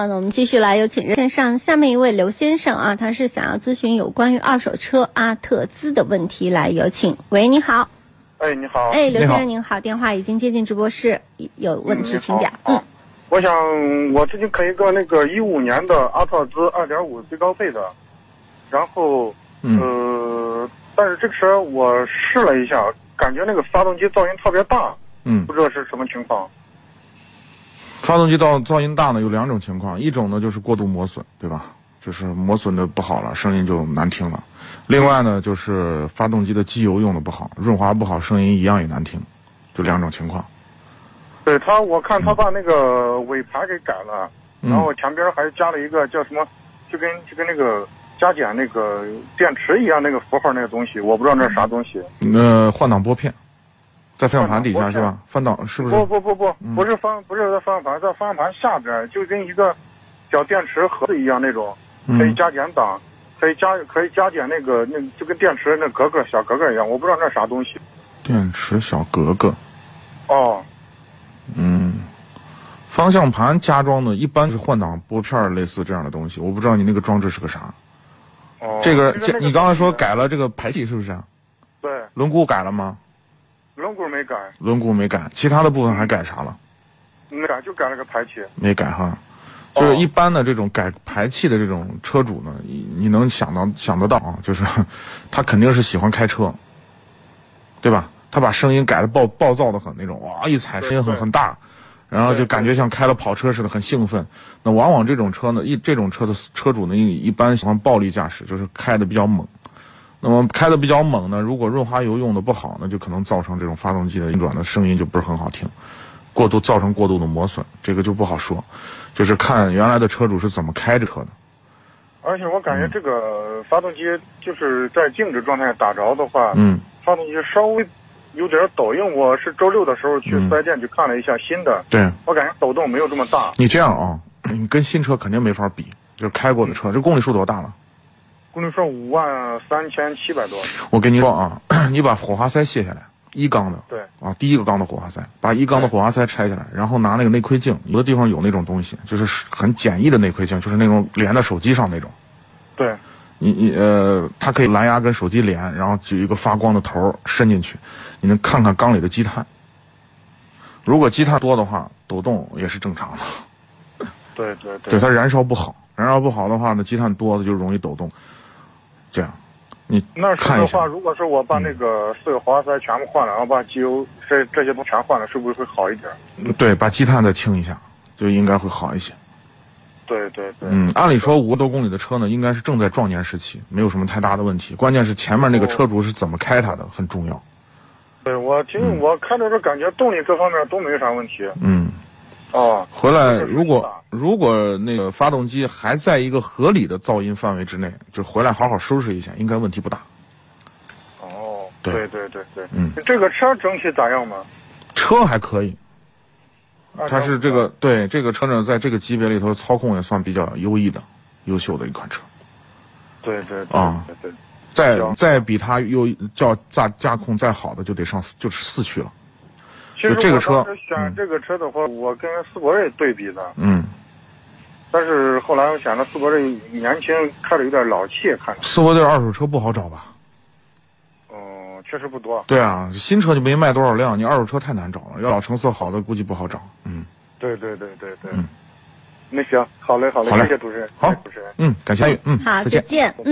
好的，我们继续来有请热线上下面一位刘先生啊，他是想要咨询有关于二手车阿特兹的问题，来有请。喂，你好。哎，你好。哎，刘你先好生您好，电话已经接进直播室，有问题嗯请讲。好啊我想我最近看一个那个一五年的阿特兹二点五最高配的，然后嗯呃，但是这个车我试了一下，感觉那个发动机噪音特别大，嗯不，知道是什么情况。发动机噪噪音大呢，有两种情况，一种呢就是过度磨损，对吧？就是磨损的不好了，声音就难听了。另外呢，就是发动机的机油用的不好，润滑不好，声音一样也难听，就两种情况。对他，我看他把那个尾排给改了，嗯然后前边还加了一个叫什么，就跟就跟那个加减那个电池一样那个符号那个东西，我不知道那是啥东西。呃，换挡拨片，在方向盘底换挡拨片下是吧？翻挡是不是？不不不不，嗯不是方不是在方向盘，在方向盘下边儿就跟一个小电池盒子一样那种，可以嗯，加减档，可以加可以加减那个那就跟电池那格格小格格一样，我不知道那啥东西。电池小格格，哦，嗯，方向盘加装的一般是换挡拨片儿类似这样的东西，我不知道你那个装置是个啥。哦，这个就跟这那你刚才说改了这个排气是不是啊？对轮毂改了吗？轮毂没改，轮毂没改，其他的部分还改啥了？没改就改了个排气。没改哈。哦就是一般的这种改排气的这种车主呢，你你能想到想得到啊，就是 他肯定是喜欢开车，对吧？他把声音改的暴暴躁的很那种，哇一踩对声音很对很大，然后对就感觉像开了跑车似的，很兴奋。那往往这种车呢，一这种车的车主呢，一一般喜欢暴力驾驶，就是开的比较猛。那么开的比较猛呢，如果润滑油用的不好呢，就可能造成这种发动机的运转的声音就不是很好听，过度造成过度的磨损，这个就不好说，就是看原来的车主是怎么开着车的。而且我感嗯觉这个发动机就是在静止状态打着的话，嗯发动机稍微有点抖，因为我是周六的时候去嗯四 S 店去看了一下新的，对我感觉抖动没有这么大。你这样啊，你跟新车肯定没法比，就是开过的车，这公里数多大了？公里数五万三千七百多，我跟你说啊， 你把火花塞卸下来，一缸的，对，啊，第一个缸的火花塞，把一缸的火花塞拆下来，然后拿那个内窥镜，有的地方有那种东西，就是很简易的内窥镜，就是那种连在手机上那种。对，你你呃，它可以蓝牙跟手机连，然后就有一个发光的头儿伸进去，你能看看缸里的积碳。如果积碳多的话，抖动也是正常的，对对对对它燃烧不好，燃烧不好的话呢，积碳多的就容易抖动。这样，你那是看一的下话，，如果是我把那个四个活塞全部换了，然后把机油这这些都全换了，是不是会好一点？对，把积碳再清一下，就应该会好一些。对对对，嗯，按理说五个多公里的车呢，应该是正在壮年时期，没有什么太大的问题。关键是前面那个车主是怎么开它的，很重要。对我听我开着这感觉动力各方面都没啥问题嗯，哦，回来这个是如的果如果那个发动机还在一个合理的噪音范围之内，就回来好好收拾一下，应该问题不大。哦，对对对对对，嗯，这个车整体咋样嘛？车还可以，它2.5是这个对这个车呢，在这个级别里头操控也算比较优异的、优秀的一款车。对对对啊对对，再行再比它又叫驾驾控再好的，就得上四就是四驱了。其实就这个车我当时选嗯这个车的话，我跟思铂睿对比的，嗯，但是后来我想着思铂睿年轻开着有点老气，看着，斯铂对二手车不好找吧？嗯，确实不多。对啊，新车就没卖多少辆，你二手车太难找了，要找成色好的估计不好找。嗯对对对对对嗯，那行，好嘞好嘞，好嘞谢谢主持人，好谢谢主持人。嗯，感谢参与，嗯，好，再见再。见。嗯。